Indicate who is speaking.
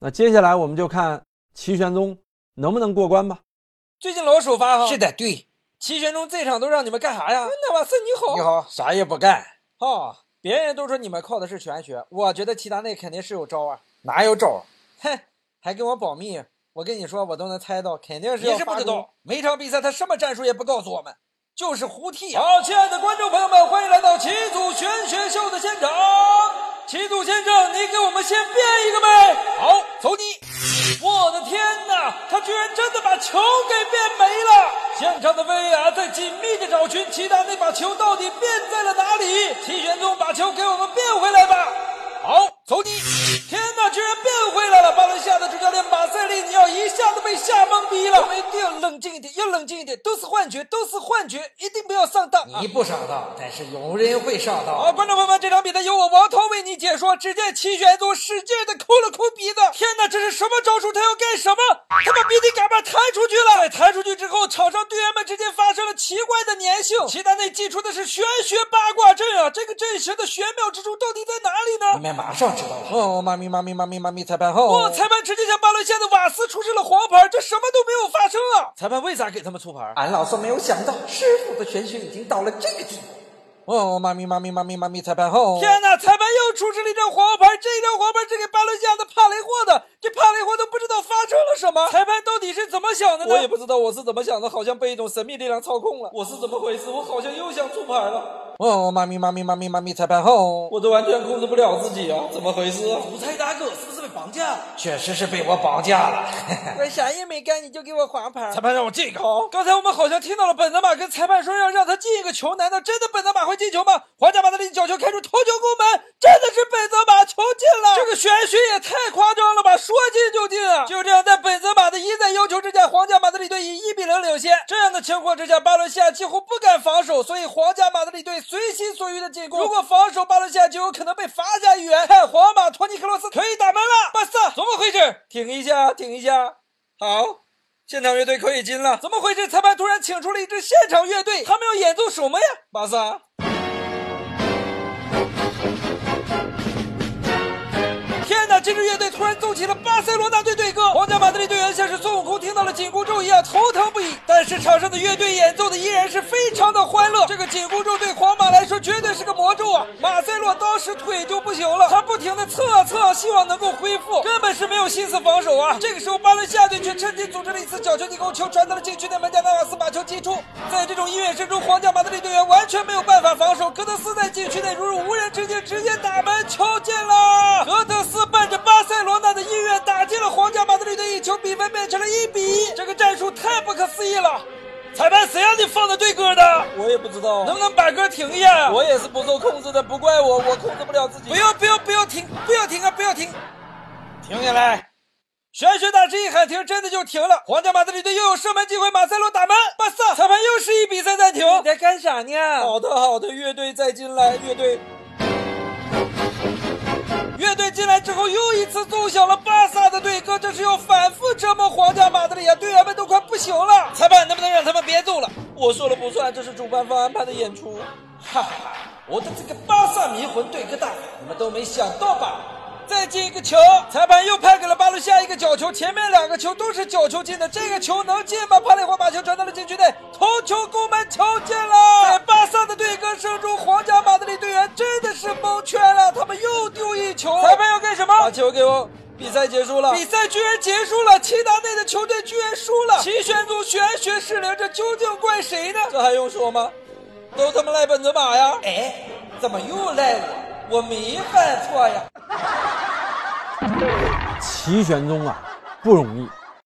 Speaker 1: 那接下来我们就看齐玄宗能不能过关吧。最近老首发哈，
Speaker 2: 是的，对，
Speaker 1: 齐玄宗这场都让你们干啥呀？那瓦斯你好，
Speaker 2: 你好，啥也不干，
Speaker 1: 哦，别人都说你们靠的是玄学，我觉得齐达内肯定是有招啊。
Speaker 2: 哪有招？
Speaker 1: 哼，还跟我保密，我跟你说，我都能猜到，肯定是
Speaker 2: 你
Speaker 1: 要
Speaker 2: 是不
Speaker 1: 发
Speaker 2: 知
Speaker 1: 功
Speaker 2: 道，每场比赛他什么战术也不告诉我们，就是胡踢啊。
Speaker 1: 好，亲爱的观众朋友们，欢迎来到齐祖玄学秀的现场。齐祖先生，你给我们先变一个呗！
Speaker 2: 好，走你！
Speaker 1: 我的天哪，他居然真的把球给变没了！现场的 VR 在紧密的找寻齐达那把球到底变在了哪里。齐玄宗把球给我们变回来吧！
Speaker 2: 好，走你！
Speaker 1: 天哪，居然变回来了！巴伦西亚的主教练马塞利尼奥一下子被吓懵逼了。我们一定要冷静一点，要冷静一点，都是幻觉，都是幻觉，一定不要上当啊哦
Speaker 2: 你不上当，但是有人会上
Speaker 1: 好，
Speaker 2: 当。
Speaker 1: 观众朋友们，这场比赛由我王涛为你解说。只见齐玄宗使劲的抠了抠鼻子，天哪，这是什么招数？他要干什么？他把鼻涕嘎巴弹出去了。在弹出去之后，场上队员们之间发生了奇怪的粘性。齐达内祭出的是玄学八卦阵啊，这个阵型的玄妙之处到底在哪里
Speaker 2: 你
Speaker 1: 呢？
Speaker 2: 们马上知道了。
Speaker 1: 哦，妈咪妈咪妈咪妈咪！裁判后，
Speaker 2: 哦
Speaker 1: 哦，裁判直接向巴伦西亚的瓦斯出示了黄牌，这什么都没有发生啊！裁判为啥给他们出牌？
Speaker 2: 俺老孙没有想到，师傅的玄学已经到了这个地步。
Speaker 1: 哦，妈咪妈咪妈咪妈咪！裁判后，天哪！裁判又出示了一张黄牌，这张黄牌是给巴伦西亚的帕雷霍的。这帕雷霍都不知道发生了什么，裁判到底是怎么想的呢？我也不知道我是怎么想的，好像被一种神秘力量操控了。我是怎么回事？我好像又想出牌了。哦，妈咪妈咪妈咪妈咪！裁判后，我都完全控制不了自己啊，怎么回事啊？
Speaker 2: 五彩大哥是不是被绑架了？确实是被我绑架 了。
Speaker 1: 我啥也没干，你就给我黄牌
Speaker 2: 裁判让我进个。
Speaker 1: 好，刚才我们好像听到了本泽马跟裁判说要让他进一个球，难道真的本泽马会进球吗？皇家马德里角球开出头球攻门，真的是本泽马球进了！这个玄学也太夸张了吧，说进就进啊！就这样，在本泽马的一再要求之下，皇家马德里队以一比零领先。这样的情况之下，巴伦西亚几乎不敢防守，所以皇家马德里队随心所欲的进攻。如果防守巴伦西亚，就有可能被罚下一元。看皇马托尼克罗斯可以打门了，巴萨怎么回事？停一下，停一下，好。现场乐队可以进了，怎么回事？裁判突然请出了一支现场乐队，他们要演奏什么呀？巴萨。天哪！这支乐队突然奏起了巴塞罗那队队歌，皇家马德里队员像是孙悟空听到了紧箍咒一样头疼不已。但是场上的乐队演奏的依然是非常的欢乐。这个紧箍咒对皇马来说绝对是个魔咒啊！马塞洛当时腿就不行了，他不停的测啊测啊，希望能够恢复，根本是没有心思防守啊。这个时候，巴伦西亚队却趁机组织了一次角球进攻，球传到了禁区内，门将纳瓦斯把球击出。在这种音乐声中，皇家马德里队员完全没有办法防守，格德斯在禁区内如入无人之境，直接打门，球进了！格特斯伴着巴塞罗那的音乐打进了皇家马德里队一球，比分变成了一比一。这个战术太不可思议了！裁判，谁让你放的对歌的？我也不知道，能不能把歌停一下？我也是不受控制的，不怪我，我控制不了自己。不要不要不要停，不要停啊，不要停！
Speaker 2: 停下来！
Speaker 1: 玄学大师一喊停，真的就停了。皇家马德里队又有射门机会，马塞洛打门，巴萨裁判又是一比赛暂停。哦你在干啥呢？好的好的，乐队再进来，乐队。乐队进来之后，又一次奏响了巴萨的队歌，这是要反复折磨皇家马德里啊！队员们都快不行了。裁判，能不能让他们别奏了？我说了不算，这是主办方安排的演出。哈哈，我的这个巴萨迷魂队歌大法，你们都没想到吧？再进一个球，裁判又判给了巴伦西亚一个角球，前面两个球都是角球进的，这个球能进吗？帕里霍把球传到了禁区内，头球攻门，球进了！在巴萨的队歌声中，皇家马德里队员真的是蒙圈了，他们又丢一球。裁判要干什么？把球给我！比赛结束了，比赛居然结束了，齐达内的球队居然输了，齐宣宗玄学失灵，这究竟怪谁呢？这还用说吗？都他妈赖本泽马呀！
Speaker 2: 哎，
Speaker 1: 怎么又赖我？我没犯错呀！
Speaker 3: 齐玄宗啊，不容易。